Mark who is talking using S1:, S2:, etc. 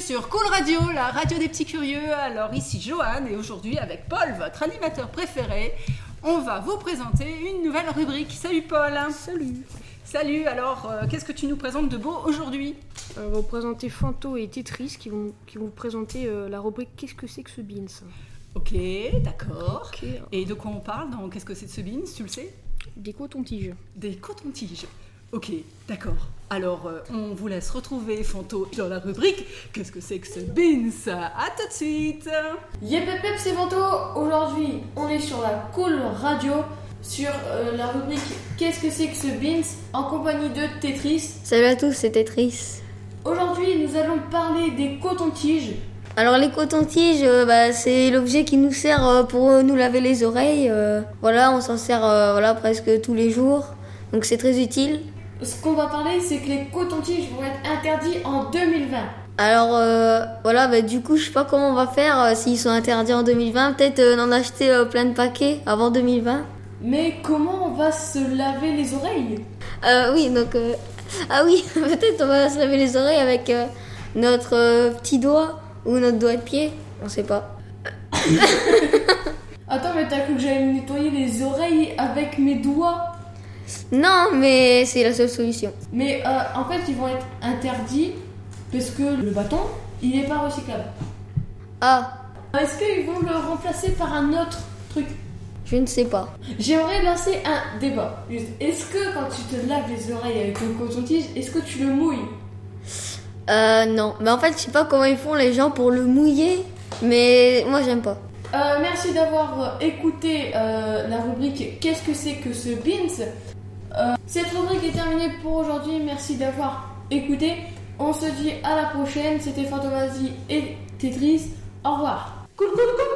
S1: sur Cool Radio, la radio des petits curieux. Alors ici Johan et aujourd'hui avec Paul, votre animateur préféré, on va vous présenter une nouvelle rubrique. Salut Paul
S2: Salut
S1: Salut, alors euh, qu'est-ce que tu nous présentes de beau aujourd'hui
S2: euh, On va vous présenter Fanto et Tetris qui vont, qui vont vous présenter euh, la rubrique Qu'est-ce que c'est que ce beans
S1: Ok, d'accord.
S2: Ok.
S1: Et de quoi on parle dans Qu'est-ce que c'est de ce beans, tu le sais
S2: Des cotons-tiges.
S1: Des cotons-tiges. Ok, d'accord. Alors, euh, on vous laisse retrouver Fanto dans la rubrique Qu'est-ce que c'est que ce beans À tout de suite
S3: Yep, yep, yep, c'est Manto. Aujourd'hui, on est sur la Cool Radio, sur euh, la rubrique Qu'est-ce que c'est que ce Beans, en compagnie de Tetris.
S4: Salut à tous, c'est Tetris.
S3: Aujourd'hui, nous allons parler des cotons-tiges.
S4: Alors les cotons-tiges, euh, bah, c'est l'objet qui nous sert euh, pour euh, nous laver les oreilles. euh, voilà, on s'en sert euh, voilà, presque tous les jours, donc c'est très utile.
S3: Ce qu'on va parler, c'est que les cotons-tiges vont être interdits en 2020.
S4: Alors euh, voilà, bah, du coup, je sais pas comment on va faire euh, s'ils sont interdits en 2020. Peut-être euh, en acheter euh, plein de paquets avant 2020.
S3: Mais comment on va se laver les oreilles
S4: Euh, oui, donc euh, ah oui, peut-être on va se laver les oreilles avec euh, notre euh, petit doigt ou notre doigt de pied, on sait pas.
S3: Attends, mais t'as cru que j'allais me nettoyer les oreilles avec mes doigts
S4: Non, mais c'est la seule solution.
S3: Mais euh, en fait, ils vont être interdits parce que le bâton, il n'est pas recyclable.
S4: Ah,
S3: Est-ce qu'ils vont le remplacer par un autre truc
S4: je ne sais pas.
S3: J'aimerais lancer un débat. Juste, Est-ce que quand tu te laves les oreilles avec le coton-tige, est-ce que tu le mouilles
S4: Euh, non. Mais en fait, je sais pas comment ils font les gens pour le mouiller, mais moi j'aime pas.
S3: Euh, Merci d'avoir euh, écouté euh, la rubrique Qu'est-ce que c'est que ce beans Euh, Cette rubrique est terminée pour aujourd'hui. Merci d'avoir écouté. On se dit à la prochaine. C'était Fantomasi et Tetris. Au revoir.
S1: Cool, cool, cool, cool.